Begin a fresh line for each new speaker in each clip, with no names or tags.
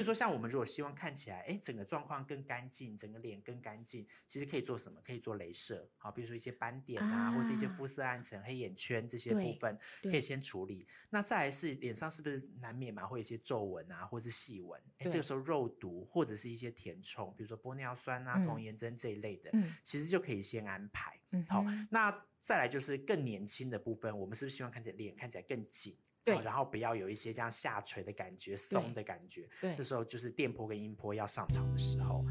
如说像我们如果希望看起来，哎，整个状况更干净，整个脸更干净，其实可以做什么？可以做镭射，好，比如说一些斑点啊，
啊
或是一些肤色暗沉、黑眼圈这些
对
部分，可
对
以先处理。那再来是脸上是不是难免嘛，会有一些皱纹啊，或是细纹？哎，
对
这个时候肉毒或者是一些填充，比如说玻尿酸啊、
嗯
童颜针这一类的，
嗯
其实就可以先安排。
嗯哼，
好，那再来就是更年轻的部分，我们是不是希望看起来脸看起来更紧？
对
好然后不要有一些这样下垂的感觉、松的感觉。
对
这时候就是电波跟音波要上场的时候。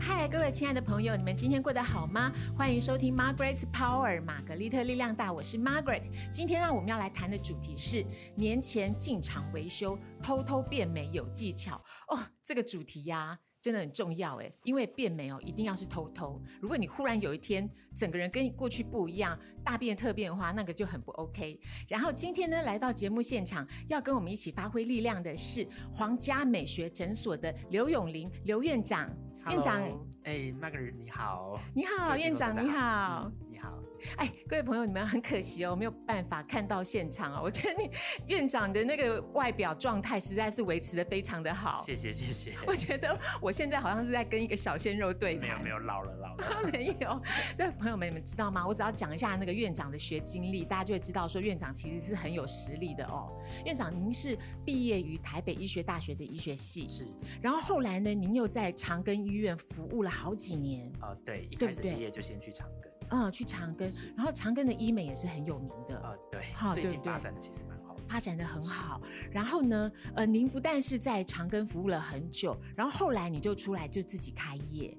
嗨，各位亲爱的朋友，你们今天过得好吗？欢迎收听 Margaret's Power，玛格丽特力量大，我是 Margaret。今天让我们要来谈的主题是年前进场维修，偷偷变美有技巧哦。这个主题呀、真的很重要哎，因为变美哦，一定要是偷偷。如果你忽然有一天整个人跟过去不一样，大变特变的话，那个就很不 OK。然后今天呢，来到节目现场，要跟我们一起发挥力量的是皇家美学诊所的刘永林刘院长。院长，
Hello，哎，那个人你好，
你好，
对
院长
听众
你
大家
好。
嗯你好，
哎，各位朋友，你们很可惜哦，没有办法看到现场哦。 我觉得你院长的那个外表状态实在是维持的非常的好。
谢谢谢谢。
我觉得我现在好像是在跟一个小鲜肉对
没有
谈。
没有，老了老了，
没有，这朋友们，你们知道吗？我只要讲一下那个院长的学经历，大家就会知道说院长其实是很有实力的哦。院长，您是毕业于台北医学大学的医学系，
是
然后后来呢，您又在长庚医院服务了好几年。
呃对，一开
对不
始
对
毕业就先去长庚，
嗯，去长庚，然后长庚的医美也是很有名的。
呃对
好，
最
对
近
对
发展的其实蛮好的，
发展的很好，然后呢，呃，您不但是在长庚服务了很久，然后后来你就出来就自己开业，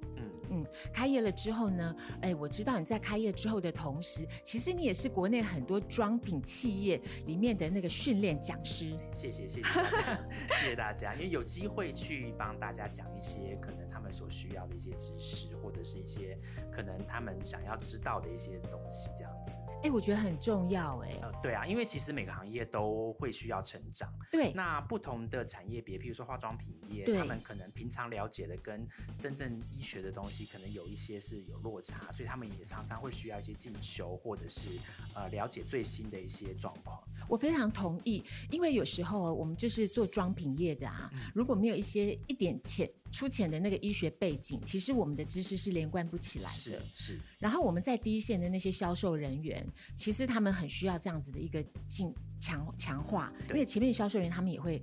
嗯。
开业了之后呢，哎，我知道你在开业之后的同时，其实你也是国内很多装品企业里面的那个训练讲师，
谢谢谢谢大 家，谢谢大家，因为有机会去帮大家讲一些可能他们所需要的一些知识，或者是一些可能他们想要知道的一些东西，这样子。
哎，我觉得很重要，哎，
呃，对啊，因为其实每个行业都会需要成长，
对，
那不同的产业别，譬如说化妆品业，
对
他们可能平常了解的跟真正医学的东西，可能有一些是有落差，所以他们也常常会需要一些进修，或者是呃了解最新的一些状况。这样
我非常同意，因为有时候哦我们就是做装品业
嗯
的啊，如果没有一些一点浅粗浅的那个医学背景，其实我们的知识是连贯不起来的
是。是，
然后我们在第一线的那些销售人员，其实他们很需要这样子的一个进强强化，因
对
为前面的销售人员他们也会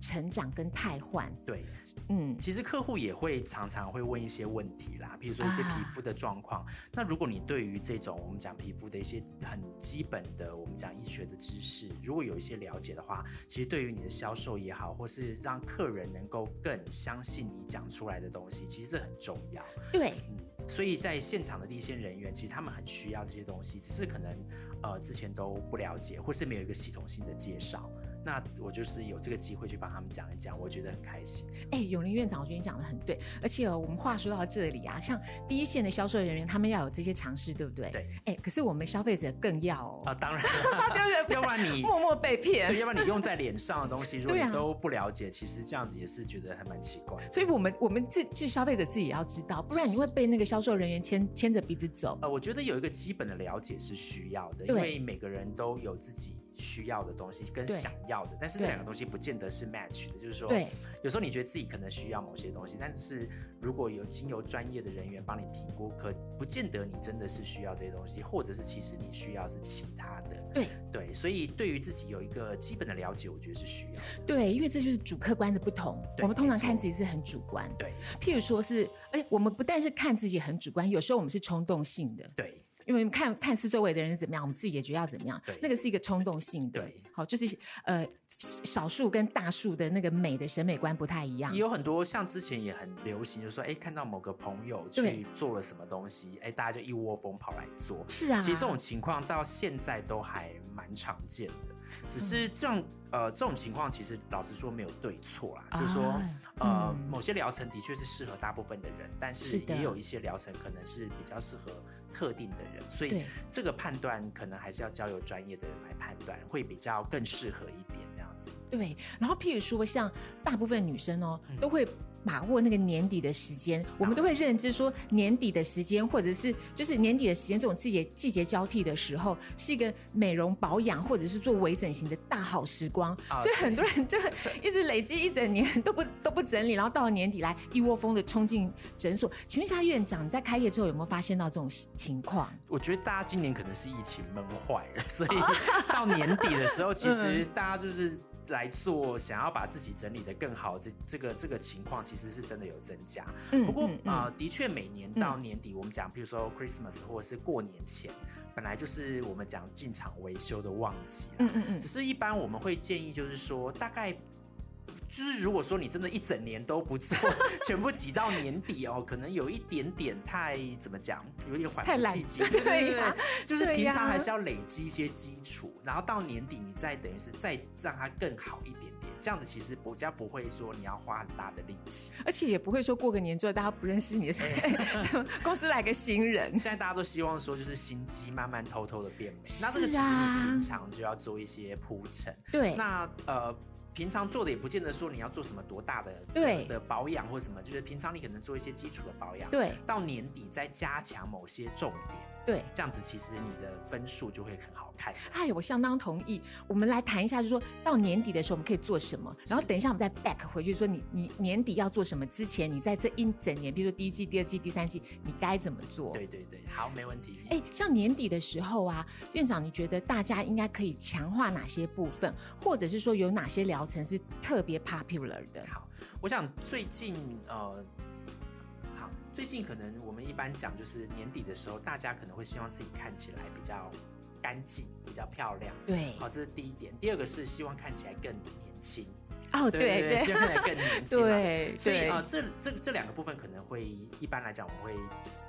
成长跟汰换，
对。
嗯，
其实客户也会常常会问一些问题啦，比如说一些
啊
皮肤的状况。那如果你对于这种我们讲皮肤的一些很基本的我们讲医学的知识，如果有一些了解的话，其实对于你的销售也好，或是让客人能够更相信你讲出来的东西，其实这很重要。
对，
嗯，所以在现场的第一线人员，其实他们很需要这些东西，只是可能呃之前都不了解，或是没有一个系统性的介绍。那我就是有这个机会去帮他们讲一讲，我觉得很开心。
哎，永林院长，我觉得你讲的很对，而且、哦、我们话说到这里啊，像第一线的销售人员，他们要有这些尝试，对不对？
对。
哎，可是我们消费者更要哦，
啊，当然啦，
对不对
要不然你
默默被骗
对，。要不然你用在脸上的东西，如果
对啊
你都不了解，其实这样子也是觉得还蛮奇怪。
所以我们我们自就消费者自己也要知道，不然你会被那个销售人员牵牵着鼻子走。
呃，我觉得有一个基本的了解是需要的，因
对
为每个人都有自己需要的东西跟
对
想要的，但是这
对
两个东西不见得是 match 的，就是说，
对，
有时候你觉得自己可能需要某些东西，但是如果有经由专业的人员帮你评估，可不见得你真的是需要这些东西，或者是其实你需要是其他的。
对
对，所以对于自己有一个基本的了解，我觉得是需要的。
对，因为这就是主客观的不同。
对
我们通常
没错
看自己是很主观，
对
譬如说是，哎，我们不但是看自己很主观，有时候我们是冲动性的，
对。
因为我们看看似周围的人是怎么样，我们自己也觉得要怎么样
对，
那个是一个冲动性的
对。
好，就是呃，少数跟大数的那个美的审美观不太一样
也。有很多像之前也很流行，就是说哎，看到某个朋友
对
去做了什么东西，哎，大家就一窝蜂跑来做。
是啊，
其实这种情况到现在都还蛮常见的，只
嗯
是这样、呃这种情况其实老实说没有对错啦，
啊
就是说呃、
嗯
某些疗程的确是适合大部分的人，但
是
是
的
也有一些疗程可能是比较适合特定的人，所以
对
这个判断可能还是要交由专业的人来判断，会比较更适合一点这样子。嗯
对。然后譬如说，像大部分女生哦，都会把握那个年底的时间，我们都会认知说年底的时间，或者是就是年底的时间这种季节季节交替的时候，是一个美容保养或者是做微整形的大好时光。
啊
所以很多人就很一直累积一整年都不都不整理，然后到了年底来一窝蜂的冲进诊所。请问一下院长，你在开业之后有没有发现到这种情况？
我觉得大家今年可能是疫情闷坏了， 所
哦
以到年底的时 候，其实
嗯
大家就是来做想要把自己整理的更好，这这个这个情况其实是真的有增加。
嗯
不过
嗯嗯嗯
啊、呃的确每年到年底，我们讲，譬如说 Christmas 或者是过年前，本来就是我们讲进场维修的旺季啦。
嗯嗯嗯
只，是一般我们会建议，就是说大概。就是如果说你真的一整年都不做，全部挤到年底哦，可能有一点点太怎么讲，有点缓
太
不
懒
济急。 对
对
对
呀
对，就是
对
平
呀
常还是要累积一些基础，然后到年底你再等于是再让它更好一点点，这样子其实比较不会说你要花很大的力 气。
而且也不会说过个年之后大家不认识你，是怎么公司来个新人。
现在大家都希望说，就是心机慢慢偷偷的变美，那这个
是
其实
啊
你平常就要做一些铺陈。
对，
那呃，平常做的也不见得说你要做什么多大的
对
的的保养或什么，就是平常你可能做一些基础的保养，
对
到年底再加强某些重点，
对。
这样子其实你的分数就会很好看。
哎，我相当同意。我们来谈一下，就是说到年底的时候我们可以做什么，然后等一下我们再 back 回去说你你年底要做什么之前，你在这一整年，比如说第一季、第二季、第三季，你该怎么做？
对对对，好，没问题。
哎，像年底的时候啊，院长，你觉得大家应该可以强化哪些部分，或者是说有哪些疗程是特别 popular 的？
好，我想最近呃，好，最近可能我们一般讲就是年底的时候，大家可能会希望自己看起来比较干净、比较漂亮。
对，
好，这是第一点。第二个是希望看起来更年轻，
哦，对
对希
对
望看起来更年轻嘛。
对，
所以
对
啊、呃这这这两个部分可能会一般来讲，我们会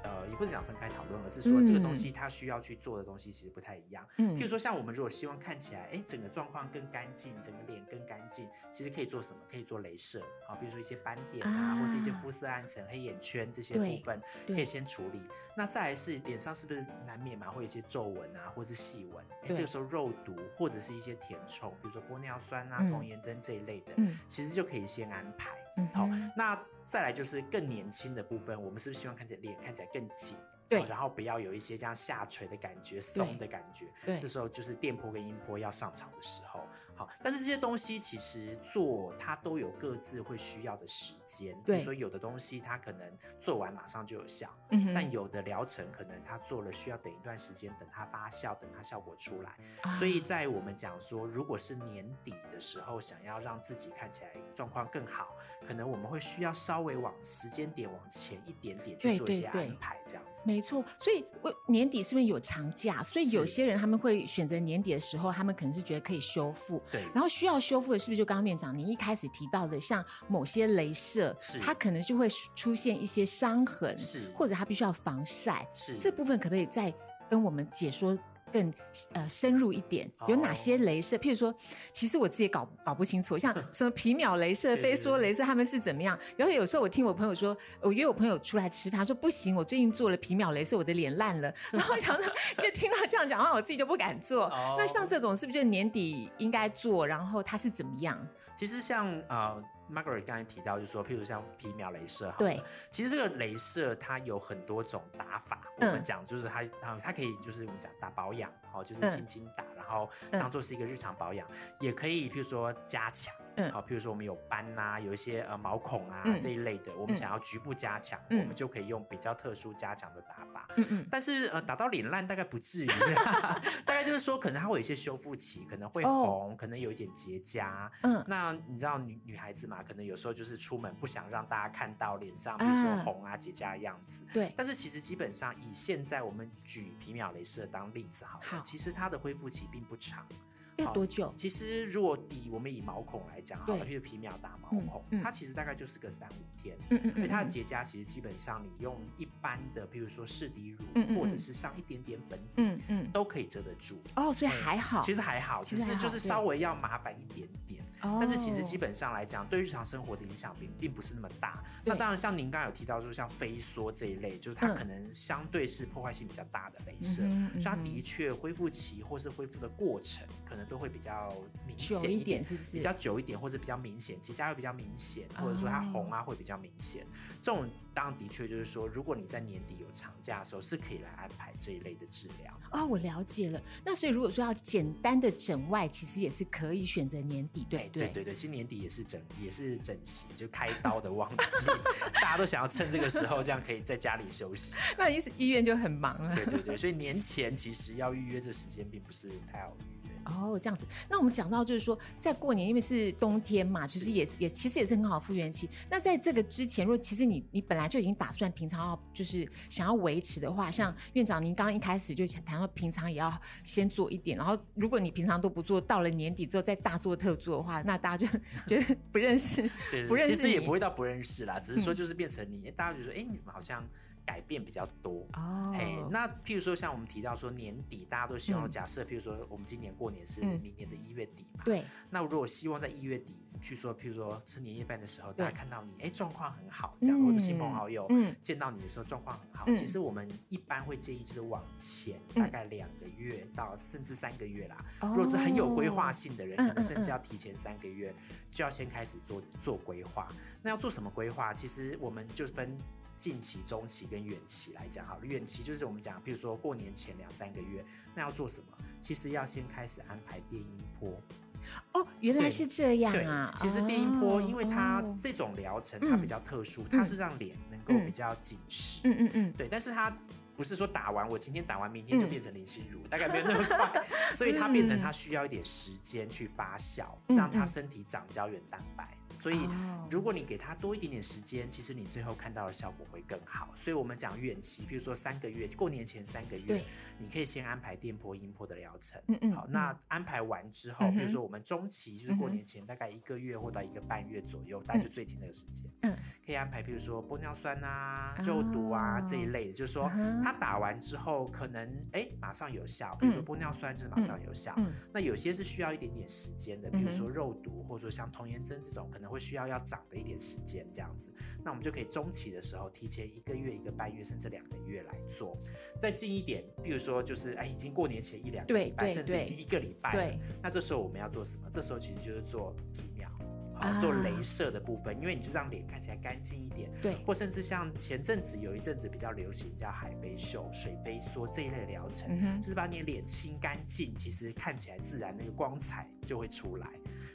呃，也不能讲分开讨论，而是说这个
嗯
东西它需要去做的东西其实不太一样。譬如
嗯，
说，像我们如果希望看起来，哎，整个状况更干净，整个脸更干净，其实可以做什么？可以做镭射啊，比如说一些斑点啊，
啊
或是一些肤色暗沉、黑眼圈这些
对
部分，可
对
以先处理。那再来是脸上是不是难免嘛，会有一些皱纹啊，或是细纹？哎，
对
这个时候肉毒或者是一些填充，比如说玻尿酸啊、
嗯
童颜针这一类的，
嗯
其实就可以先安排。
嗯
好
哼，
那再来就是更年轻的部分，我们是不是希望看起来脸看起来更紧？
对
哦然后不要有一些这样下垂的感觉、松的感觉。
对
这时候就是电波跟音波要上场的时候。好，但是这些东西其实做它都有各自会需要的时间。比
对
如说有的东西它可能做完马上就有效，
嗯哼
但有的疗程可能它做了需要等一段时间，等它发酵，等它效果出来。
啊
所以在我们讲说，如果是年底的时候，想要让自己看起来状况更好，可能我们会需要稍微往时间点往前一点点
对
去做一
对
些
对
安排，这样子。
没错，所以我年底是因为有长假，所以有
是
些人他们会选择年底的时候，他们可能是觉得可以修复。
对，
然后需要修复的，是不是就刚刚院长您一开始提到的，像某些镭射
是，
它可能就会出现一些伤痕，
是
或者它必须要防晒，
是
这部分可不可以再跟我们解说更呃深入一点？有哪
哦
些镭射？譬如说，其实我自己也搞搞不 清楚，像什么皮秒镭射、
对对
飞梭镭射，他们是怎么样？然后有时候我听我朋友说，我约我朋友出来吃饭，他说不行，我最近做了皮秒镭射，我的脸烂 了。然后我想说，越听到这样讲话，我自己就不敢做。
哦
那像这种是不是就年底应该做？然后它是怎么样？
其实像呃，Margaret 刚才提到，就是说，譬如像皮秒镭射，
对，
其实这个镭射它有很多种打法，
嗯
我们讲就是它啊，它可以就是我们讲打保养，哦，就是
嗯
轻轻打，然后
嗯
当做是一个日常保养，也可以譬如说加强。
嗯
好，譬如说我们有斑呐、有一些呃毛孔啊、
嗯
这一类的，我们想要局部加强，
嗯
我们就可以用比较特殊加强的打法。
嗯嗯，
但是呃，打到脸烂大概不至于，啊 大概就是说可能它会有一些修复期，可能会
哦
红，可能有一点结痂。
嗯
那你知道女女孩子嘛，可能有时候就是出门不想让大家看到脸上，比如说
啊
红啊、结痂的样子。
对，
但是其实基本上以现在我们举皮秒镭射当例子好了，
好
其实它的恢复期并不长。
要
好
多久？
其实如果以我们以毛孔来讲好了，譬
对
如皮秒打毛
嗯
孔，
嗯
它其实大概就是个三五天。
嗯嗯
因为它的
嗯
结痂其实基本上你用一般的，譬如说适底乳
嗯嗯
或者
嗯
是上一点点粉底，
嗯嗯，
都可以遮得住。
哦，所以
对
还好。
其实还好，
其
只
实
是
还好
就是稍微要麻烦一点点，但是其实基
本
本上来讲，对日常生活的影响并并不是那么大。
对
那当然，像您刚刚有提到，说像飞梭这一类，就是它
嗯
可能相对是破坏性比较大的镭射，所以它的确恢复期或是恢复的过程，可能都会比较明
久
显
一
一点
点，是不是？
比较久一点，或者比较明显，结痂会比较明显，或者说
哦
它红啊会比较明显。这种当然的确就是说，如果你在年底有长假的时候，是可以来安排这一类的治疗。
哦，我了解了。那所以如果说要简单的诊外，其实也是可以选择年底，对
哎
不
对对对，其实年底也是整也是整形，就开刀的旺季， 大家都想要趁这个时候，这样可以在家里休息。
那医医院就很忙了。
对对对，所以年前其实要预约这时间并不是太好预约。
哦，这样子。那我们讲到就是说，在过年，因为是冬天嘛，其实
是
也是也其实也是很好的复原期。那在这个之前，如果其实你你本来就已经打算平常要就是想要维持的话，像院长您刚刚一开始就想谈到平常也要先做一点，然后如果你平常都不做，到了年底之后再大做特做的话，那大家就 觉得不认识。
对对
不
对，
认
其
识
实也
你
不会到不认识嗯啦，只是说就是变成你，大家就说，哎，你怎么好像改变比较多？
哦
嘿，那譬如说像我们提到说年底，大家都希望
嗯
假设，譬如说我们今年过年是
嗯
明年的一月底嘛，
对，
那如果希望在一月底去说，譬如说吃年夜饭的时候，
对
大家看到你，哎，状况很好，这样，或者亲朋好友。
嗯，
见到你的时候状况很好，
嗯
其实我们一般会建议就是往前
嗯哦
大概两个月到甚至三个月啦。如果是很有规划性的人，
嗯
可能甚
嗯嗯
至要提前三个月就要先开始做做规划。那要做什么规划？其实我们就是分。近期、中期跟远期来讲，好了，远期就是我们讲，譬如说过年前两三个月，那要做什么？其实要先开始安排电音波。
哦，原来
对
是这样
对
啊。，
其实电音波，
哦
因为它
哦
这种疗程它
嗯
比较特殊，它是让脸能够
嗯
比较紧实。
嗯嗯嗯，
对，但是它不是说打完我今天打完，明天就
嗯
变成林心如，大概没有那么 快，所以它变成它需要一点时间去发酵，让
嗯
它
嗯
身体长胶原蛋白。所以
哦
如果你给它多一点点时间，其实你最后看到的效果会更好。所以我们讲远期，比如说三个月，过年前三个
对
月，你可以先安排电波、音波的疗程。
嗯嗯
好，那安排完之后，
嗯哼
比如说我们中期就是过
嗯哼
年前大概一个月或到一个半月左右，大概就最近那个时间，
嗯，
可以安排，比如说玻尿酸啊、肉毒啊、
哦
这一类的，就是说
啊哈
它打完之后可能哎、马上有效，比如说
嗯
玻尿酸就是马上有效，
嗯
那有些是需要一点点时间的，比
嗯
如
哼
说肉毒或者说像童颜针这种，可能会需要要长的一点时间这样子。那我们就可以中期的时候提前一个月、一个半月甚至两个月来做，再近一点，比如说就是哎已经过年前一两个
对
礼拜，
对
甚至
对
已经一个礼拜了，
对，
那这时候我们要做什么？这时候其实就是做皮秒。
啊
啊，做镭射的部分，因为你就让脸看起来干净一点，
对
或甚至像前阵子有一阵子比较流行叫海飞秀、水飞梭这一类疗程，
嗯哼
就是把你的脸清干净，其实看起来自然那个光彩就会出来。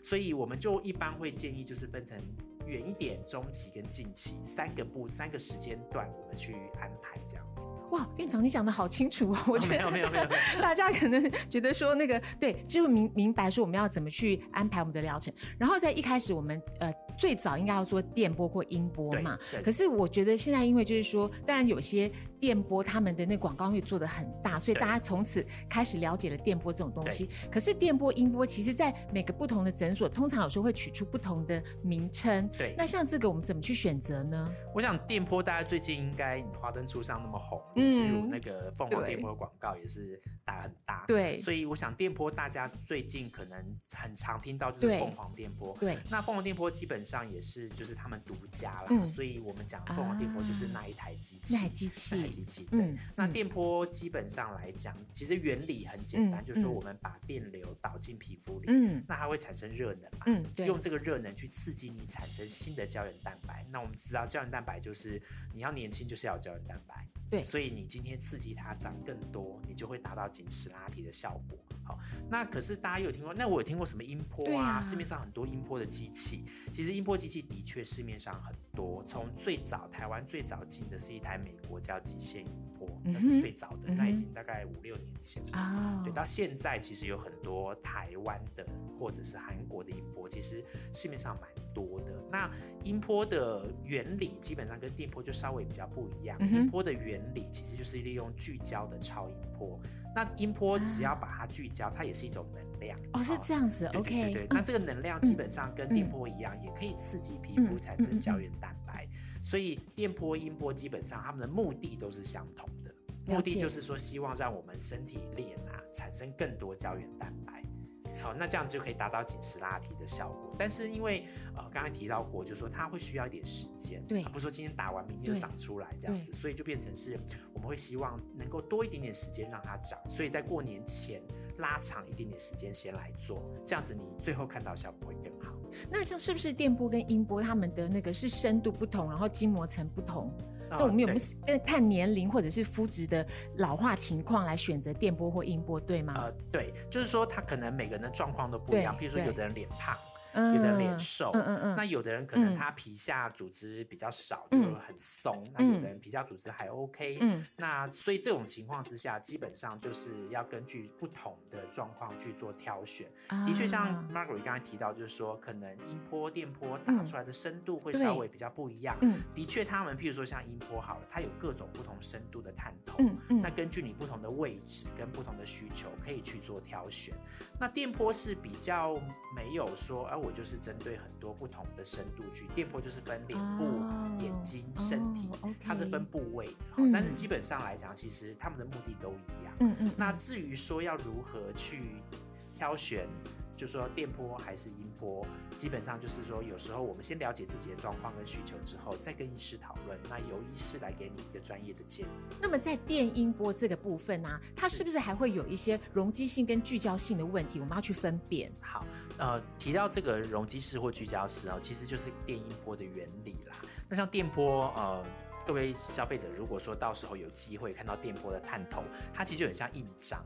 所以我们就一般会建议就是分成远一点、中期跟近期三个步三个时间段，我们去安排这样子。
哇，院长你讲的好清楚哦， 我
哦
觉
没
得
有没有没有没有，
大家可能觉得说那个对，就明明白说我们要怎么去安排我们的疗程，然后在一开始我们呃最早应该要做电波或音波
对
嘛。
对
可是我觉得现在因为就是说，当然有些电波他们的那广告越做的很大，所以
对
大家从此开始了解了电波这种东西。可是电波、音波，其实在每个不同的诊所，通常有时候会取出不同的名称。
对。
那像这个我们怎么去选择呢？
我想电波大家最近应该华灯初上那么红，
嗯
例如那个凤凰
对
电波的广告也是打很大。
对
所以我想电波大家最近可能很常听到就是
对
凤凰电波。
对，
那凤凰电波基本上也是就是他们独家啦，
嗯啊
所以我们讲凤凰电波就是那一台机器，
耐机器
那台机器。对，
嗯，
那
嗯
电波基本上来讲，其实原理很简单，
嗯
就是说
嗯
我们把电流导进皮肤里，
嗯
那它会产生热能嘛，
嗯对
用这个热能去刺激你产生新的胶原蛋白。那我们知道胶原蛋白就是你要年轻就是要有胶原蛋白，
对
所以你今天刺激它长更多，你就会达到紧实拉提的效果。好，那可是大家有听过？那我有听过什么音波
对
啊？
啊
市面上很多音波的机器，其实音波机器的确市面上很多。从最早台湾最早进的是一台美国叫极限音波，那
嗯哼
是最早的，那已
嗯哼
经大概五六年前了。
哦，
对，到现在其实有很多台湾的或者是韩国的音波，其实市面上蛮多的。那音波的原理基本上跟电波就稍微比较不一样。
嗯哼
音波的原理其实就是利用聚焦的超音波。那音波只要把它聚焦，它也是一种能量。
啊哦，是这样子
啊对对对
，OK，
对，
嗯嗯
那这个能量基本上跟电波一样，也可以刺激皮肤产生胶原蛋白，所以电波、音波基本上它们的目的都是相同的，
了
目的
解
就是说希望让我们身体脸啊产生更多胶原蛋白。好，那这样就可以达到紧实拉提的效果。但是因为呃刚才提到过，就是说它会需要一点时间，
对
啊不是说今天打完明天
对
就长出来这样子，所以就变成是我们会希望能够多一点点时间让它长，所以在过年前拉长一点点时间先来做，这样子你最后看到的效果会更好。
那像是不是电波跟音波它们的那个是深度不同，然后筋膜层不同？
那
这我们有
对
没有是呃看年龄或者是肤质的老化情况来选择电波或音波，对吗？
呃，对，就是说他可能每个人的状况都不一样，譬
对
如说有
对
的人脸胖，
嗯
呃有的人脸瘦，
嗯嗯嗯
那有的人可能
嗯
他皮下组织比较少，就
嗯
很松；那有
嗯
的人皮下组织还 OK。
嗯
那所以这种情况之下，基本上就是要根据不同的状况去做挑选。的确，像
啊
Margaret 刚才提到，就是说可能音波、电波打
嗯
出来的深度会
对
稍微比较不一样。
嗯
的确，他们譬如说像音波好了，它有各种不同深度的探头。
嗯嗯
那根据你不同的位置跟不同的需求，可以去做挑选。那电波是比较没有说，哎而我就是针对很多不同的深度去，电波就是分脸部、
哦
眼睛、身体，
哦
它是
OK
分部位的。哈
嗯
但是基本上来讲，其实他们的目的都一样。
嗯嗯，
那至于说要如何去挑选，就说电波还是音波，基本上就是说，有时候我们先了解自己的状况跟需求之后，再跟医师讨论，那由医师来给你一个专业的建议。
那么在电音波这个部分啊，它是不是还会有一些容积性跟聚焦性的问题？我们要去分辨。
好，呃，提到这个容积式或聚焦式哦，其实就是电音波的原理啦。那像电波，呃，各位消费者如果说到时候有机会看到电波的探头，它其实就很像印章。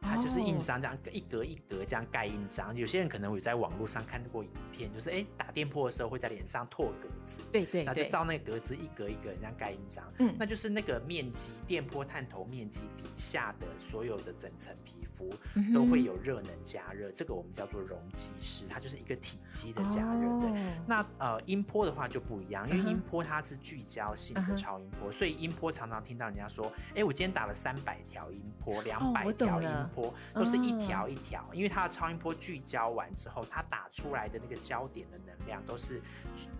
它就是
哦
印章，这样一格一格这样盖印章。有些人可能有在网络上看过影片，就是诶打电波的时候会在脸上拓格子，
对对
那就
对，
照那个格子一格一格这样盖印章。
嗯
那就是那个面积，电波探头面积底下的所有的整层皮肤，
嗯
都会有热能加热，这个我们叫做容积式，它就是一个体积的加热。
哦
对，
对，
那呃音波的话就不一样，因
嗯
为
哼
音波它是聚焦性
嗯
的
哼
超音波，所以音波常常听到人家说，哎，我今天打了三百条音波，两
哦我
百
懂
条音
了
波，都是一
嗯
条一条，因为它的超音波聚焦完之后，它打出来的那个焦点的能量都是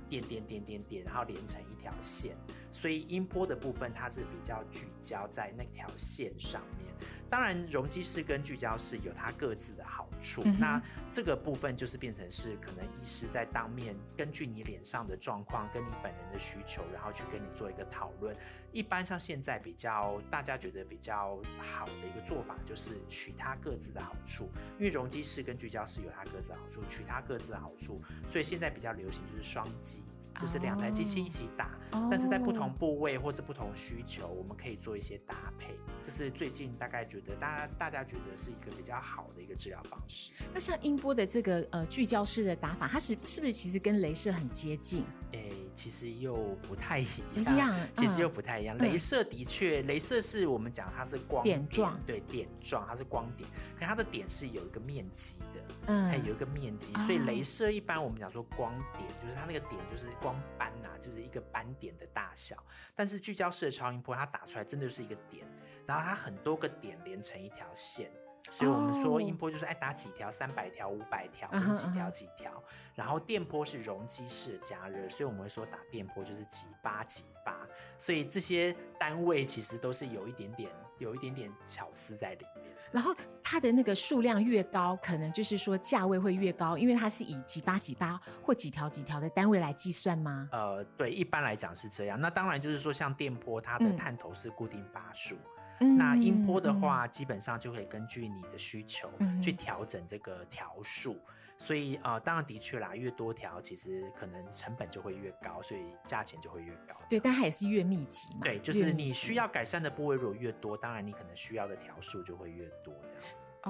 点点点点点，然后连成一条线，所以音波的部分它是比较聚焦在那条线上面。当然，容积式跟聚焦式有它各自的好处。
嗯哼
那这个部分就是变成是可能医师在当面根据你脸上的状况跟你本人的需求，然后去跟你做一个讨论。一般像现在比较大家觉得比较好的一个做法，就是取它各自的好处，因为容积式跟聚焦式有它各自的好处，取它各自的好处，所以现在比较流行就是双击，就是两台机器一起打，但是在不
哦
同部位或是不同需求，我们可以做一些搭配，这是最近大概觉得大家大家觉得是一个比较好的一个治疗方式。
那像音波的这个呃聚焦式的打法，它是是不是其实跟镭射很接近？
诶，其实又不太一
不
样，
一样，
其实又
嗯
不太一样。
嗯
镭射的确，镭射是我们讲它是光
点状
对，点状，它是光点，可它的点是有一个面积的，它哎有
嗯
一个面积，所以
啊
镭射一般我们讲说光点，就是它那个点就是光斑呐、就是一个斑点的大小。但是聚焦式的超音波，它打出来真的就是一个点，然后它很多个点连成一条线。所以我们说
哦
音波就是哎打几条，三百条、五百条，或
嗯
是几
哼嗯
条
哼
几条。然后电波是容积式的加热，所以我们会说打电波就是几发几发。所以这些单位其实都是有一点点有一点点巧思在里面。
然后它的那个数量越高，可能就是说价位会越高，因为它是以几八几八或几条几条的单位来计算吗？
呃，对，一般来讲是这样。那当然就是说，像电波，它的
嗯
探头是固定发数。那音波的话，基本上就可以根据你的需求
嗯
去
哼
调整这个条数。所以呃，当然的确啦，越多条，其实可能成本就会越高，所以价钱就会越高。
嗯，对，但它也是越密集嘛。
对，就
越
是
密
你
集
需要改善的部位如果越多，当然你可能需要的条数就会越多，这样。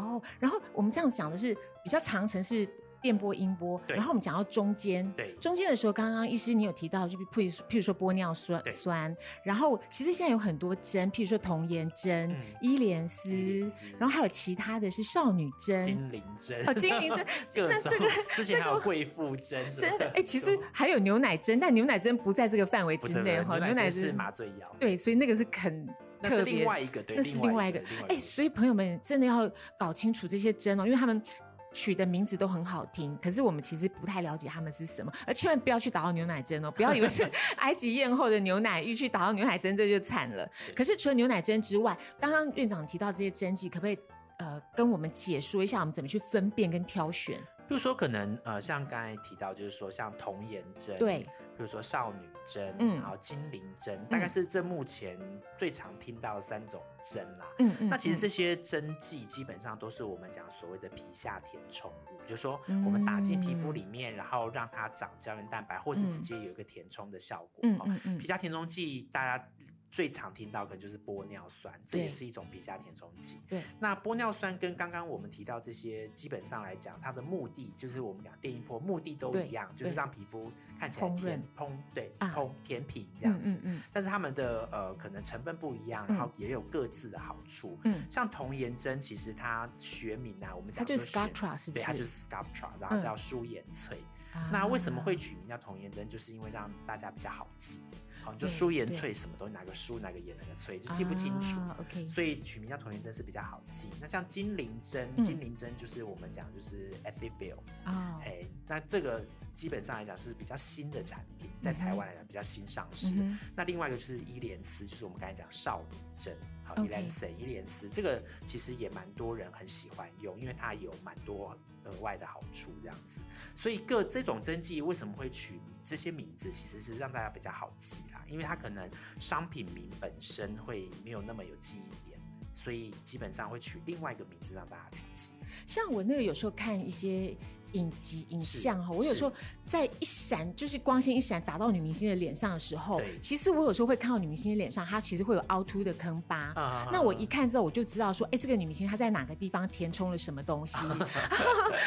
哦。然后我们这样讲的是比较长程是电波、音波，
对
然后我们讲到中间，
对
中间的时候，刚刚医师你有提到，就譬如譬如说玻尿酸
对
酸，然后其实现在有很多针，譬如说童颜针、
嗯
伊莲丝，
伊莲丝
然后还有其他的是少女针。
精灵针，
哦 精灵针
各
那
种
这个，
之前
这
还有
个
贵妇针什么，
真的，哎、其
对
实还有牛奶针，但牛奶针不在这个范围
不
之
是不
内
是
哈。
牛奶针是
针
麻醉药，
对，所以那个是肯
那是
特
另
别，
外一个，对，
那是另外一个
个。另外一。
哎，所以朋友们真的要搞清楚这些针哦，因为他们取的名字都很好听，可是我们其实不太了解他们是什么，而千万不要去打到牛奶针哦，不要以 为是 埃及艳后的牛奶浴去打到牛奶针，这就惨了。可是除了牛奶针之外，刚刚院长提到这些针剂，可不可以？呃，跟我们解说一下，我们怎么去分辨跟挑选？
比如说可能呃，像刚才提到，就是说像童颜针，
对，
比如说少女针，
嗯
嗯，还有精灵针，大概
嗯
是这目前最常听到的三种针啦。
嗯嗯
那其实
嗯
这些针剂基本上都是我们讲所谓的皮下填充物，就是说我们打进皮肤里面，然后让它长胶原蛋白，或是直
嗯
接有一个填充的效果。
嗯
哦
嗯嗯
皮下填充剂大家最常听到可能就是玻尿酸，这
对
也是一种皮下填充剂。
对，
那玻尿酸跟刚刚我们提到这些，基本上来讲，它的目的就是我们讲电音波，目的都
对
一样，就是
对
让皮肤看起来
烹
甜嘭，对，
啊
嘭甜品这样子。
嗯嗯
但是它们的呃可能成分不一样，然后也有各自的好处。
嗯嗯，
像童颜针，其实它学名啊，我们
它
讲
就是
说学
Sculptra 是不？
对，它就是是 Sculptra，然后
嗯
叫舒颜萃。
啊
那为什么会取名叫童颜针？就是因为让大家比较好记。好，你就
对
舒颜
对
萃什么东西，哪个舒哪个颜哪个萃，就记不清楚。
啊？OK，
所以取名叫童颜针是比较好记。那像精灵针，
嗯
精灵针就是我们讲就是 a d v i l
啊
哎、那这个基本上来讲是比较新的产品，在台湾来讲比较新上市。
嗯
那另外一个就是伊莲丝，就是我们刚才讲少女针，好
OK
伊莲丝，伊莲丝这个其实也蛮多人很喜欢用，因为它有蛮多额外的好处这样子。所以各这种针剂为什么会取这些名字，其实是让大家比较好记啦，因为它可能商品名本身会没有那么有记忆点，所以基本上会取另外一个名字让大家去记。
像我那个有时候看一些影集影
是
像哈，我有
是
时候在一闪就是光线一闪打到女明星的脸上的时候
对，
其实我有时候会看到女明星的脸上，她其实会有凹凸的坑疤。
啊
那我一看之后，我就知道说，哎、这个女明星她在哪个地方填充了什么 东西？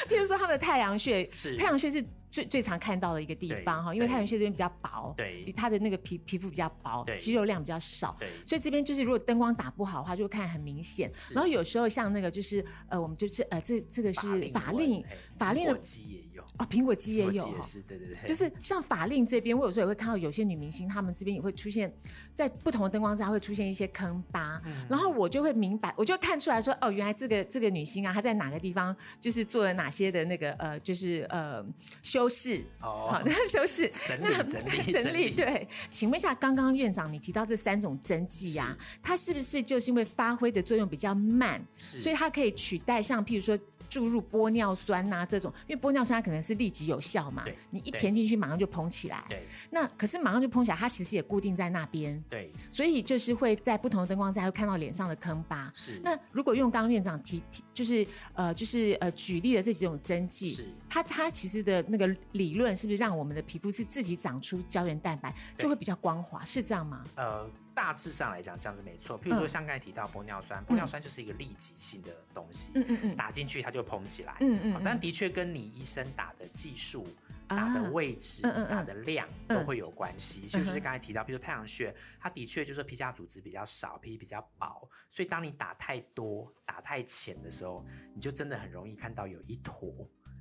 譬如说她们的太阳穴，
是
太阳穴是最最常看到的一个地
对
方哈，因为
对
太阳穴这边比较薄，
对
她的那个皮皮肤比较薄，
对
肌肉量比较少，
对
所以这边就是如果灯光打不好的话，就会看很明显。
是
然后有时候像那个就是呃，我们就是呃，这这个是法令
哎
法令的
苹果肌也有，
哦，苹果肌也
苹果
有
肌也
哦。
是对对对，
就是像法令这边，我有时候也会看到有些女明星，她们这边也会出现在不同的灯光之下会出现一些坑疤，
嗯
然后我就会明白，我就看出来说，哦，原来这个这个女星啊，她在哪个地方就是做了哪些的那个呃，就是呃修饰，好
哦，
那修饰
整理
那
整理
整理。对，请问一下，刚刚院长你提到这三种针剂呀、它是不是就是因为发挥的作用比较慢，
是，
所以它可以取代像譬如说注入玻尿酸呐、这种，因为玻尿酸它可能是立即有效嘛
对，
你一
对
填进去马上就膨起来。
对
那可是马上就膨起来，它其实也固定在那边，
对
所以就是会在不同的灯光下会看到脸上的坑疤。
是，
那如果用刚刚院长提提，就是呃，就是呃举例的这几种针剂，
是
它它其实的那个理论是不是让我们的皮肤是自己长出胶原蛋白，
对
就会比较光滑，是这样吗？
呃，大致上来讲这样子没错。譬如说
嗯
像刚才提到玻尿酸，玻尿酸就是一个立即性的东西，
嗯嗯嗯
打进去它就膨起来。
嗯嗯
好
嗯
但的确跟你医生打的技术、打
啊
的位置、
嗯嗯嗯
打的量
嗯
都会有关系。所以就
嗯
是
哼
刚才提到，譬如太阳穴，它的确就是皮下组织比较少，皮比较薄，所以当你打太多、打太浅的时候，你就真的很容易看到有一坨。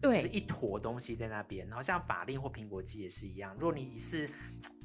就是
对，
一坨东西在那边。然后像法令或苹果肌也是一样，如果你是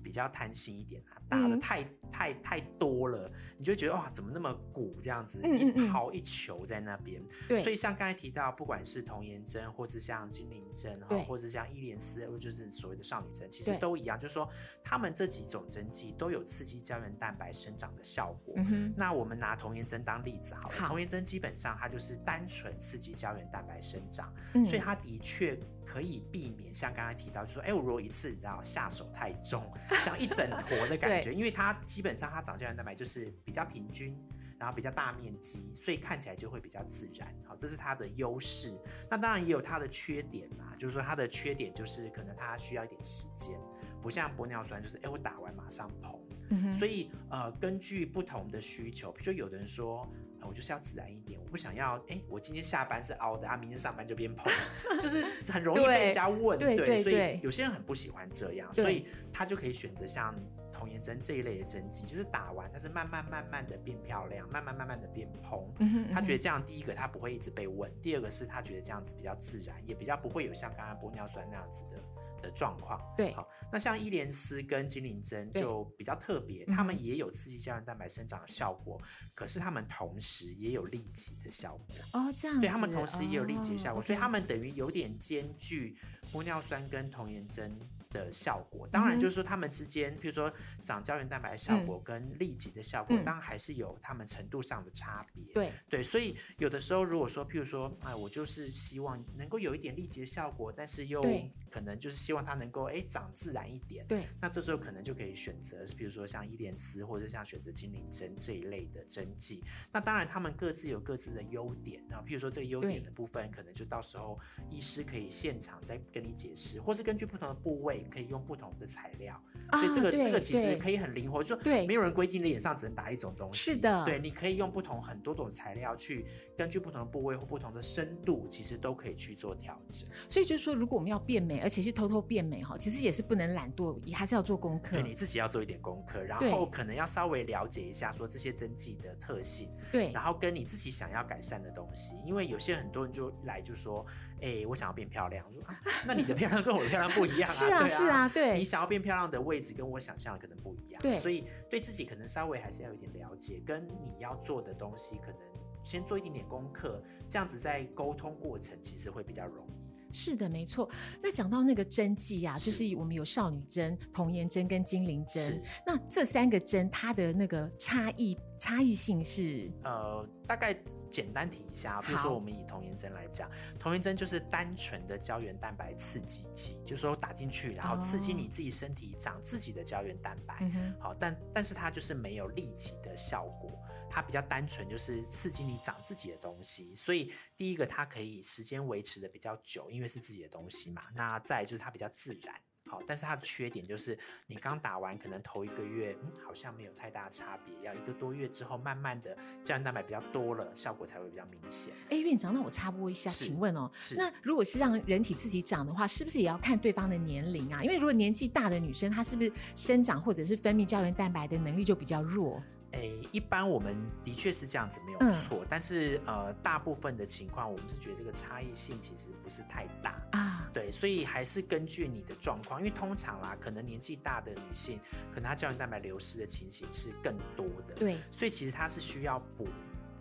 比较贪心一点啊，打的
嗯
太、太太多了，你就觉得哇，怎么那么鼓这样子，
嗯嗯嗯
一泡一球在那边。所
对，
以像刚才提到，不管是童颜针，或是像精灵针，哈
对，
或是像伊莲丝，或就是所谓的少女针，其实
对
都一样，就是说他们这几种针剂都有刺激胶原蛋白生长的效果。
嗯哼，
那我们拿童颜针当例子好了，
好
童颜针基本上它就是单纯刺激胶原蛋白生长，
嗯
所以它的确可以避免像刚才提到，就说，哎、我如果一次你知道下手太重，这样一整坨的感觉，因为它基本上它长胶原蛋白就是比较平均，然后比较大面积，所以看起来就会比较自然。好，这是它的优势。那当然也有它的缺点啦，就是说它的缺点就是可能它需要一点时间，不像玻尿酸就是，哎、我打完马上膨。
嗯哼
所以呃，根据不同的需求，比如说有的人说，呃我就是要自然一点，我不想要，哎，我今天下班是凹的，啊，明天上班就变蓬， 就是很容易
对
被人家问，
对对
所
对
以有些人很不喜欢这样，
对
所以他就可以选择像童颜针这一类的针剂，就是打完，它是慢慢慢慢的变漂亮，慢慢慢慢的变蓬。
嗯哼
他觉得
得
这样，第一个他不会一直被问，第二个是他觉得这样子比较自然，也比较不会有像刚刚玻尿酸那样子的的状况。
对
好，那像伊莲丝跟精灵针
对
就比较特别，
嗯
它
哼
们也有刺激胶原蛋白生长的效果，可是它们同时也有立即的效果。
哦这样子，
对，它们同时也有立即的效果，
哦
所以它
OK
们等于有点兼具玻尿酸跟童颜针的效果。当然，
嗯哼
就是说它们之间，譬如说长胶原蛋白的效果跟立即的效果，
嗯
当然还是有它们程度上的差别。
对，
对，所以有的时候，如果说，譬如说，哎、我就是希望能够有一点立即的效果，但是又
对
可能就是希望它能够哎长自然一点。
对，
那这时候可能就可以选择，比如说像伊莲丝，或者像选择精灵针这一类的针剂。那当然，他们各自有各自的优点，然后譬如说这个优点
对
的部分，可能就到时候医师可以现场再跟你解释，或是根据不同的部位可以用不同的材料。
啊
所以这个这
对
个其实
对
可以很灵活，就说
对
没有人规定你脸上只能打一种东西。
是的
对，你可以用不同很多种材料去根据不同的部位或不同的深度，其实都可以去做调整。
所以就是说，如果我们要变美，而且是偷偷变美哈，其实也是不能懒惰，也还是要做功课。
对，你自己要做一点功课，然
嗯对
后可能要稍微了解一下说这些针剂的特性，
对
然后跟你自己想要改善的东西。因为有些很多人就一来就说，哎、我想要变漂亮，我说、啊、那你的 漂亮跟我的漂亮不一样啊，
是
对
啊
啊，
是。啊，
你
对
想要变漂亮的位置跟我想象的可能不一样，
对
所以对自己可能稍微还是要有点了解，跟你要做的东西可能先做一点点功课，这样子在沟通过程其实会比较容易。
是的，没错。那讲到那个针剂呀、就是是我们有少女针、童颜针跟精灵针
是，
那这三个针它的那个差异差异性是
呃，大概简单提一下，啊比如
好
说我们以童颜针来讲，童颜针就是单纯的胶原蛋白刺激剂，就是说打进去，然后刺激
哦
你自己身体长自己的胶原蛋白。
嗯哼
好，但但是它就是没有立即的效果，它比较单纯，就是刺激你长自己的东西。所以第一个，它可以时间维持的比较久，因为是自己的东西嘛。那再来就是它比较自然。好，但是它的缺点就是，你刚打完可能头一个月，嗯，好像没有太大的差别，要一个多月之后，慢慢的胶原蛋白比较多了，效果才会比较明显。
哎，院长，那我插播一下，
是
请问哦，
是，
那如果是让人体自己长的话，是不是也要看对方的年龄啊？因为如果年纪大的女生，她是不是生长或者是分泌胶原蛋白的能力就比较弱？
诶，一般我们的确是这样子没有
嗯
错，但是呃，大部分的情况，我们是觉得这个差异性其实不是太大。
啊，
对，所以还是根据你的状况，因为通常啦，可能年纪大的女性，可能她胶原蛋白流失的情形是更多的，
对，
所以其实她是需要补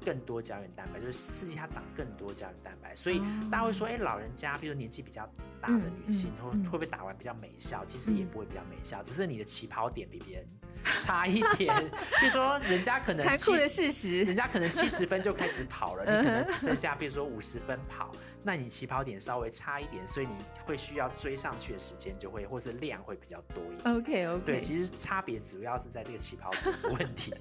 更多胶原蛋白，就是刺激她长更多胶原蛋白。所以大家会说，哎、老人家，比如年纪比较大的
哦嗯
女性，
嗯
会、
嗯
会不会打完比较美效？其实也
嗯
不会比较美效，只是你的起跑点比别人 差一点。比如说，人家可能
残酷的
70
事
人
实。
家可能七十分就开始跑了，
嗯
你可能只剩下比如说五十分跑，那你起跑点稍微差一点，所以你会需要追上去的时间就会或是量会比较多一点。
OK
对，
OK，
其实差别主要是在这个起跑点 的问题。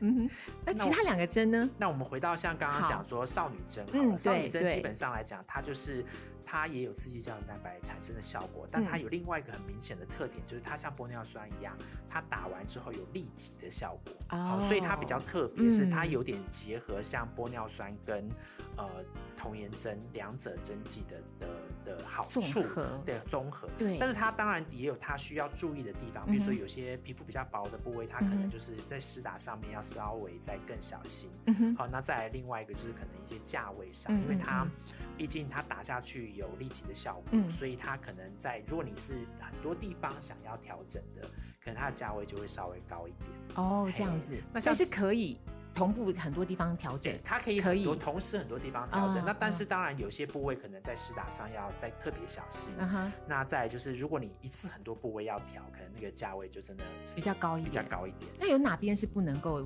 嗯哼，那其他两个针呢？
那我们回到像刚刚讲说少女针好了，
嗯
少女
对
针基
对
本上来讲，它就是它也有刺激胶原蛋白产生的效果，但它
嗯
有另外一个很明显的特点，就是它像玻尿酸一样，它打完之后有立即的效果。好，所以它比较特别，是它
嗯
有点结合像玻尿酸跟呃童颜针两者针剂的的的好
综
处，
合
对综合。
对，
但是它当然也有它需要注意的地方，比如说
嗯哼
有些皮肤比较薄的部位，它
嗯
可
哼
能就是在施打上面要稍微再更小心。
嗯哼，
好，那再来另外一个就是可能一些价位上，
嗯
因为
嗯
它
嗯
毕竟它打下去有立即的效果，
嗯
所以它可能在如果你是很多地方想要调整的，可能它的价位就会稍微高一点。
哦，这样
嘿
子，
那
但
像
是可以同步很多地方调整
对，。它可以
可
很多
以
同时很多地方调整。
啊
那但是
啊
当然有些部位可能在施打上要再特别小心。
嗯哼，
那再来就是，如果你一次很多部位要调，可能那个价位就真的
比较高一
比较
点
高一点。
那有哪边是不能够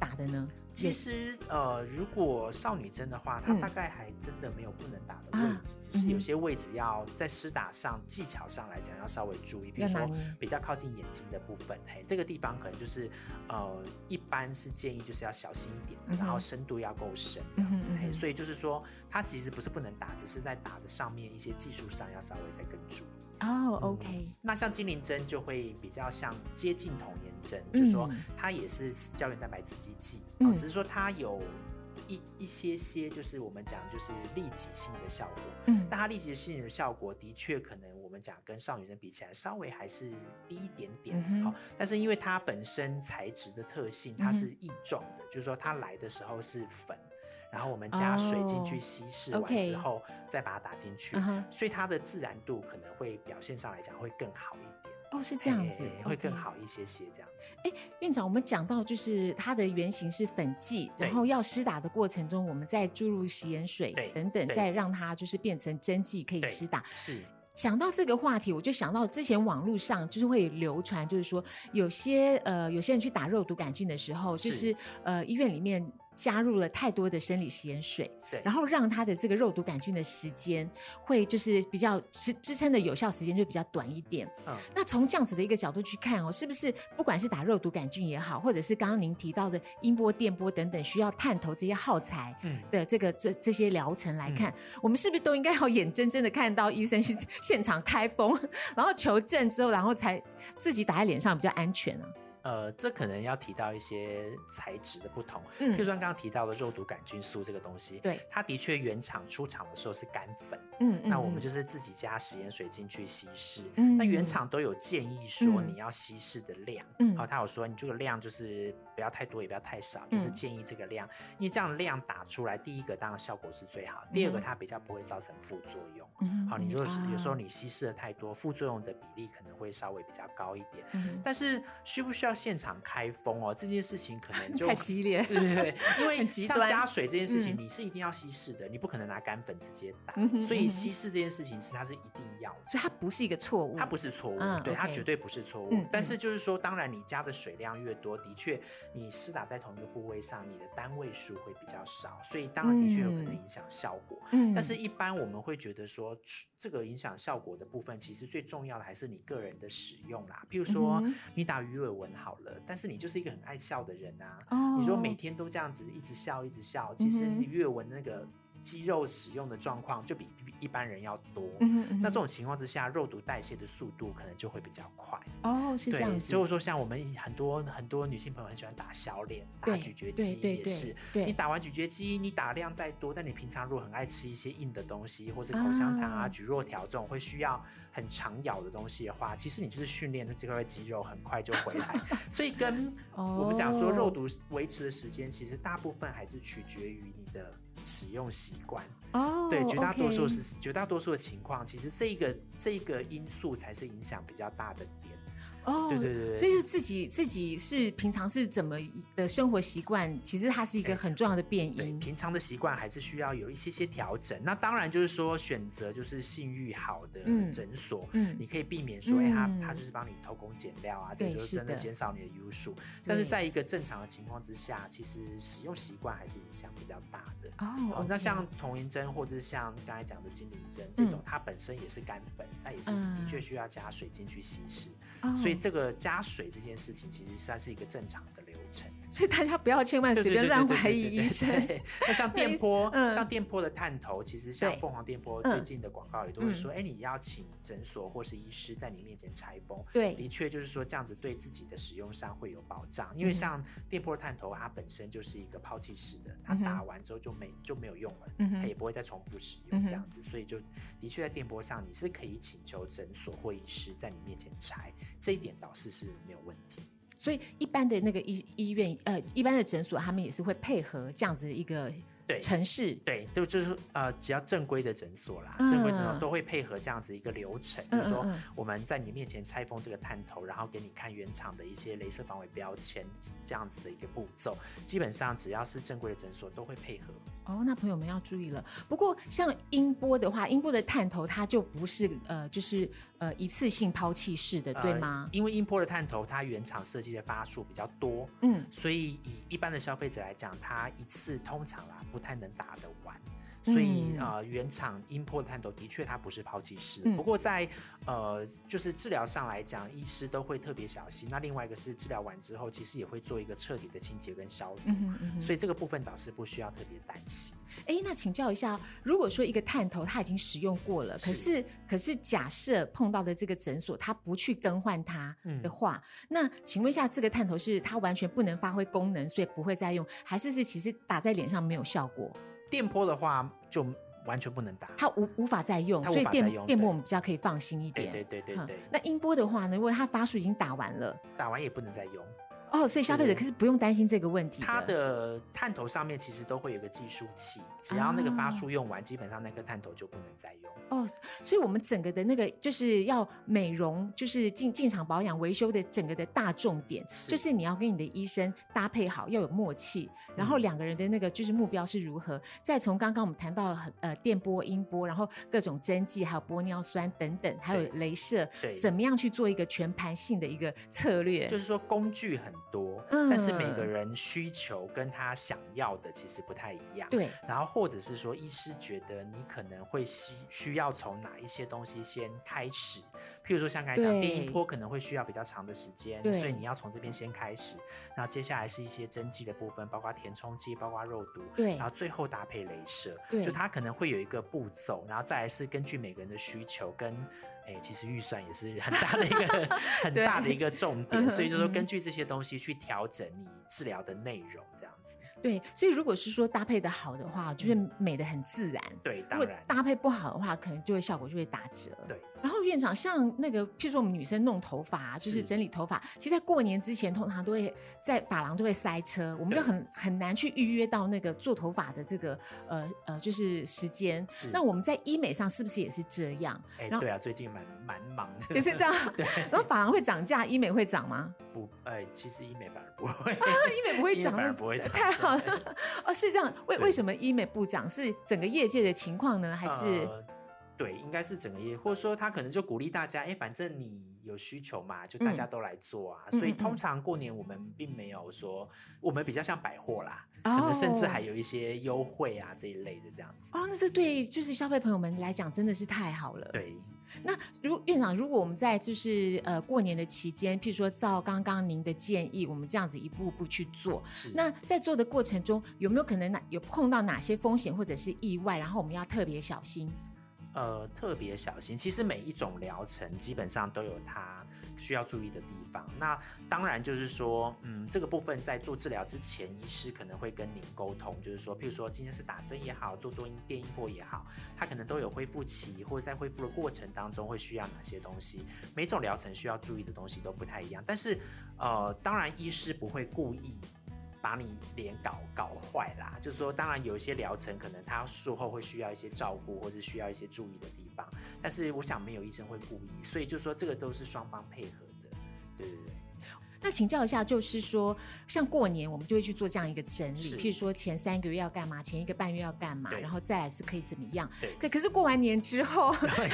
打的呢？
其
也
实呃，如果少女针的话，它
嗯
大概还真的没有不能打的
啊
位置，只
嗯哼
是有些位置要在施打上、技巧上来讲要稍微注意，比
要
如
拿
说
捏
比较靠近眼睛的部分，嘿，这个地方可能就是呃，一般是建议就是要小心一点的，啊
嗯哼
然后深度要够深这样子
嗯哼，嗯
嘿，
哼
所以就是说它其实不是不能打，只是在打的上面一些技术上要稍微再更注意。
哦
嗯
，OK，
那像精灵针就会比较像接近童颜针，
嗯
就是说它也是胶原蛋白刺激剂，
嗯
哦只是说它有一一些些就是我们讲就是立即性的效果，
嗯，
但它立即性的效果的确可能我们讲跟少女针比起来稍微还是低一点点，
嗯哼
好、但是因为它本身材质的特性，
嗯
它
哼
是异状的，就是说它来的时候是粉。然后我们加水进去
哦
稀释完
OK
之后，再把它打进去
嗯，哼，
所以它的自然度可能会表现上来讲会更好一点，
哦，是这样子
嘿，哎会更
OK。
好一些些这样子。
院长，我们讲到就是它的原型是粉剂，
对
然后要施打的过程中，我们再注入食盐水
对
等等，
对
再让它就是变成针剂可以
对
施打。
是
想到这个话题，我就想到之前网络上就是会流传，就是说有些呃有些人去打肉毒杆菌的时候，就是
是
呃医院里面加入了太多的生理食盐水，
对，
然后让它的这个肉毒杆菌的时间会就是比较支支撑的有效时间就比较短一点。
嗯
那从这样子的一个角度去看哦，是不是不管是打肉毒杆菌也好，或者是刚刚您提到的音波、电波等等需要探头这些耗材
嗯，
的这个这这些疗程来看，我们是不是都应该要眼睁睁的看到医生去 现场开封，然后求证之后，然后才自己打在脸上比较安全啊？
呃，这可能要提到一些材质的不同，譬如
嗯
说刚刚提到的肉毒杆菌素这个东西，
对，
它的确原厂出厂的时候是干粉，
嗯
那我们
嗯
就是自己加食盐水进去稀释。
嗯
那原厂都有建议说
嗯
你要稀释的量，
嗯
好、他有说你这个量就是不要太多，也不要太少，就是
嗯
建议这个量，因为这样的量打出来，第一个当然效果是最好，第二个
嗯
它比较不会造成副作用。
嗯
好，你如果是有时候
啊
你稀释的太多，副作用的比例可能会稍微比较高一点。
嗯
但是需不需要现场开封哦？这件事情可 能就
嗯太激烈，
对对对，因为
很极
像
端
加水这件事情，
嗯
你是一定要稀释的，你不可能拿干粉直接打
嗯哼，
所
嗯
以
哼
稀释这件事情是它是一定要的。
所以它不是一个错误，
它不是错误，
嗯
对，它
OK
绝对不是错误。
嗯
但
嗯
是就是说，当然你加的水量越多，的确你施打在同一个部位上，你的单位数会比较少，所以当然的确有可能
嗯
影响效果。
嗯
但是，一般我们会觉得说，除这个影响效果的部分，其实最重要的还是你个人的使用啦。譬如说
嗯哼，
你打鱼尾纹好了，但是你就是一个很爱笑的人啊，
哦
你说每天都这样子一直笑一直笑，其实
嗯哼
你鱼尾纹那个肌肉使用的状况就比比一般人要多。
嗯哼嗯
那
哼
这种情况之下，肉毒代谢的速度可能就会比较快。
哦，是这样
对，
子，
所以说像我们很多很多女性朋友很喜欢打小脸、打
对
咀嚼
对
肌
对
也
对
是。
对
你打完咀嚼肌，你打量再多，但你平常如果很爱吃一些硬的东西，或是口香糖啊、
啊
菊若条这种会需要很常咬的东西的话，其实你就是训练的这块肌肉很快就回 来。所以跟我们讲说肉
哦
毒维持的时间，其实大部分还是取决于你的使用习惯。
哦，
对，绝大多数
OK
是绝大多数的情况，其实这一个这一个因素才是影响比较大的点。
哦，
对对对对
所以就自己自己是平常是怎么的生活习惯，其实它是一个
哎
很重要的变
对，
因。
平常的习惯还是需要有一些些调整。那当然就是说，选择就是信誉好的
嗯
诊所，
嗯
你可以避免说，哎、
嗯
他他就是帮你偷工减料啊，这
对
个就是真的
的
减少你的优数。但是
对
在一个正常的情况之下，其实使用习惯还是影响比较大的。
哦
哦，，那
OK
像童颜针或者是像刚才讲的金灵针这种
嗯，
它本身也是干粉，它也是
嗯
的确需要加水进去稀释，
哦
所以这个加水这件事情其实算是一个正常的流程。
所以大家不要千万
对
随
对
便
对
乱
对对
怀疑
对对
医生。
对那像电 波，
嗯
像电波的探头，其实像
对
凤凰电波
嗯
最近的广告也都会说，哎，你要请诊所或是医师在你面前拆封。的
对，
确，就是说这样子对自己的使用上会有保障，因为
嗯
像电波探头，它本身就是一个抛弃式的，它
嗯哼
打完之后就没就没有用了，
嗯
它
哼
也不会再重复使
嗯
用
哼
这样子，所以就的确在电波上你是可以请求诊所或医师在你面前拆，这一点倒是是没有问题。
所以一般的那个医医院呃，一般的诊所他们也是会配合这样子的一个
对
城市。
对，就就是呃，只要正规的诊所啦，
嗯
正规诊所都会配合这样子一个流程，比
嗯
如说
嗯嗯
我们在你面前拆封这个探头，然后给你看原厂的一些镭射防伪标签这样子的一个步骤，基本上只要是正规的诊所都会配合。
哦，那朋友们要注意了。不过像音波的话，音波的探头它就不是呃，就是呃一次性抛弃式的，对
呃
吗？
因为音波的探头它原厂设计的发数比较多，
嗯，
所以以一般的消费者来讲，它一次通常啦不太能打得完。所以、
嗯
呃，原厂音波探头的确它不是抛弃式，
嗯
不过在呃就是治疗上来讲，医师都会特别小心。那另外一个是治疗完之后，其实也会做一个彻底的清洁跟消毒，
嗯哼嗯哼
所以这个部分倒是不需要特别担心。
哎，那请教一下，如果说一个探头它已经使用过了，可
是
是可是假设碰到的这个诊所它不去更换它
嗯
的话，那请问一下，这个探头是它完全不能发挥功能，所以不会再用，还是是其实打在脸上没有效果，
电波的话就完全不能打，
它无无法再用，
它无
所以
法再
电
用
电波
对
我们比较可以放心一
对
点。嗯
对对对
哼
对，
那音波的话呢，如果它发数已经打完了，
打完也不能再用。了。
哦，所以消费者可是不用担心这个问题。
它的探头上面其实都会有个计数器，只要那个发数用完，基本上那个探头就不能再用。
哦，所以我们整个的那个就是要美容，就是进进场保养维修的整个的大重点，
是
就是你要跟你的医生搭配好，要有默契，然后
嗯
两个人的那个就是目标是如何。再从刚刚我们谈到很呃电波、音波，然后各种针剂，还有玻尿酸等等，还有镭射，
对，
怎么样去做一个全盘性的一个策略？
就是说工具很多，
嗯
但是每个人需求跟他想要的其实不太一样。
对，
然后或者是说，医师觉得你可能会需需要从哪一些东西先开始，譬如说像刚才讲
对
电音波可能会需要比较长的时间，
对
所以你要从这边先开始。然后接下来是一些针剂的部分，包括填充剂，包括肉毒，
对
然后最后搭配镭射，
对
啊就它可能会有一个步骤，然后再来是根据每个人的需求跟。哎、其实预算也是很大的一个很
对
大的一个重点，所以就是说
嗯
根据这些东西去调整你治疗的内容，这样子。
对，所以如果是说搭配的好的话，
嗯
就是美的很自然。
对，
如
当
果
然。
搭配不好的话，可能就会效果就会打折。
对。
然后院长，像那个，譬如说我们女生弄头发啊，就是
是
整理头发，其实，在过年之前，通常都会在发廊都会塞车，我们就
对
很很难去预约到那个做头发的这个呃呃，就是时间。
是
那我们在医美上是不是也是这样？
哎、
然后
对啊，最近蛮蛮忙的，
也是这样。
对，
然后发廊会涨价，医美会涨吗？
不，哎、其实医美反而不会，
啊医美不会
医美
涨，
反
那
而不会涨
太好
对
了。 哦，是这样。为
对
为什么医美不涨？是整个业界的情况呢，还是？
呃对，应该是整个业，或者说他可能就鼓励大家，哎，反正你有需求嘛，就大
嗯
家都来做啊。
嗯
所以
嗯嗯
通常过年我们并没有说，我们比较像百货啦，呃可
哦
能甚至还有一些优惠啊这一类的这样子。
哦，那这对就是消费朋友们来讲真的是太好了。
对，
那如院长，如果我们在就是呃过年的期间，譬如说照刚刚您的建议，我们这样子一步步去做，
是
那在做的过程中有没有可能哪有碰到哪些风险或者是意外，然后我们要特别小心？
呃特别小心。其实每一种疗程基本上都有它需要注意的地方。那当然就是说，嗯，这个部分在做治疗之前，医师可能会跟您沟通，就是说，譬如说今天是打针也好，做多音电音波也好，它可能都有恢复期，或者在恢复的过程当中会需要哪些东西。每种疗程需要注意的东西都不太一样，但是呃，当然医师不会故意。把你脸搞搞坏啦，就是说，当然有一些疗程可能他术后会需要一些照顾，或者需要一些注意的地方，但是我想没有医生会故意，所以就是说这个都是双方配合的，对对对。
那请教一下，就是说，像过年我们就会去做这样一个整理，
是
譬如说前三个月要干嘛，前一个半月要干嘛，
对
然后再来是可以怎么样。
对
可可是过完年之后，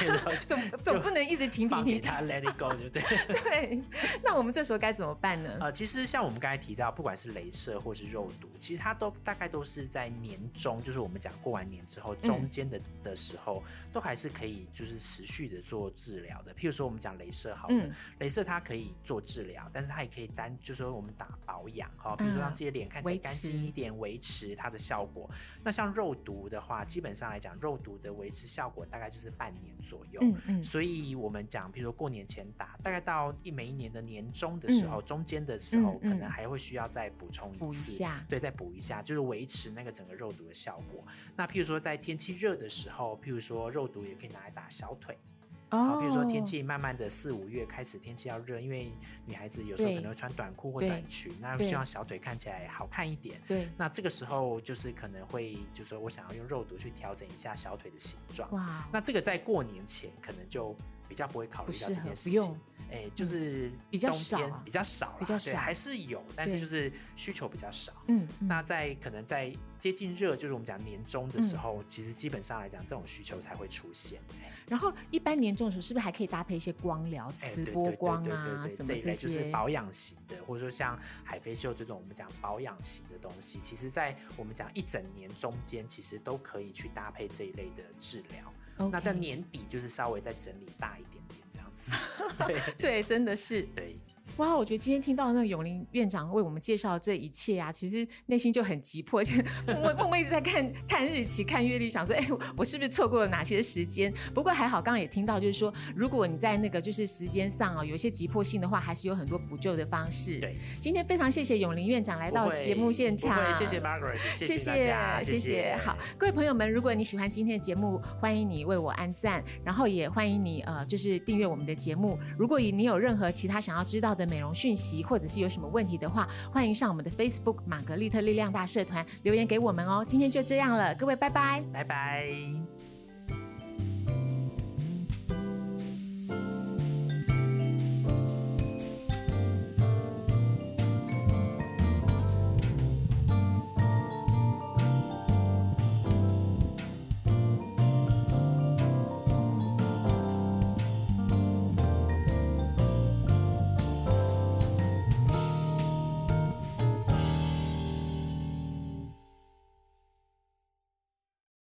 总总
就
不能一直停停
放
停
给
停。
他 let it go 就对。
对，那我们这时候该怎么办呢？
呃，其实像我们刚才提到，不管是镭射或是肉毒，其实它都大概都是在年中，就是我们讲过完年之后，
嗯
中间的、的时候，都还是可以就是持续的做治疗的。譬如说我们讲镭射好了，
嗯
镭射它可以做治疗，但是它也可以单，就是说我们打保养哈，比如说让自己的脸看起来
嗯维
干净
持
一点，维持它的效果。那像肉毒的话，基本上来讲，肉毒的维持效果大概就是半年左右。
嗯嗯，
所以我们讲，比如说过年前打，大概到一每一年的年中的时候，中间的时候
嗯，嗯
可能还会需要再补充
补
一
一
次，
下
对，再补一下，就是维持那个整个肉毒的效果。那譬如说在天气热的时候，譬如说肉毒也可以拿来打小腿，好，
哦
比如说天气慢慢的四五月开始天气要热，因为女孩子有时候
对
可能会穿短裤或
对
短裙，那
对
希望小腿看起来好看一点。
对，
那这个时候就是可能会，就是说我想要用肉毒去调整一下小腿的形状。
哇，
那这个在过年前可能就比较不会考虑
不
到
适
这
合
件，
不
事
用嗯
情。，哎，就是
比较
冬
少
天
啊
比较少啦，
比较
对
少
还是有，但是
对
就是需求比较少。
嗯，嗯
那在可能在接近热，就是我们讲年终的
嗯
时候，其实基本上来讲，这种需求才会出现。
然后一般年终的时候，是不是还可以搭配一些光疗、
哎
磁
对
波
对对
光
对对
啊
对
什
这
么
一类就
些
是？保养型的，或者说像海飞秀这种我们讲保养型的东西，其实在我们讲一整年中间，其实都可以去搭配这一类的治疗。那在
OK
年底就是稍微再整理大一点点这样子。对
对，真的是
对。
哇！我觉得今天听到那个永林院长为我们介绍这一切啊，其实内心就很急迫，就
嗯
默默默默一直在看看日期、看月历，想说，哎，我我是不是错过了哪些时间？不过还好，刚刚也听到，就是说，如果你在那个就是时间上啊、有一些急迫性的话，还是有很多补救的方式。
对，
今天非常谢谢永林院长来
不
到
会
哎节目现
不
场，
会谢谢 Margaret，谢
谢
大家，
谢谢。好，各位朋友们，如果你喜欢今天的节目，欢迎你为我按赞，然后也欢迎你呃，就是订阅我们的节目。如果你有任何其他想要知道的的美容讯息，或者是有什么问题的话，欢迎上我们的 Facebook 玛格丽特力量大社团留言给我们哦。今天就这样了，各位拜拜。
拜拜。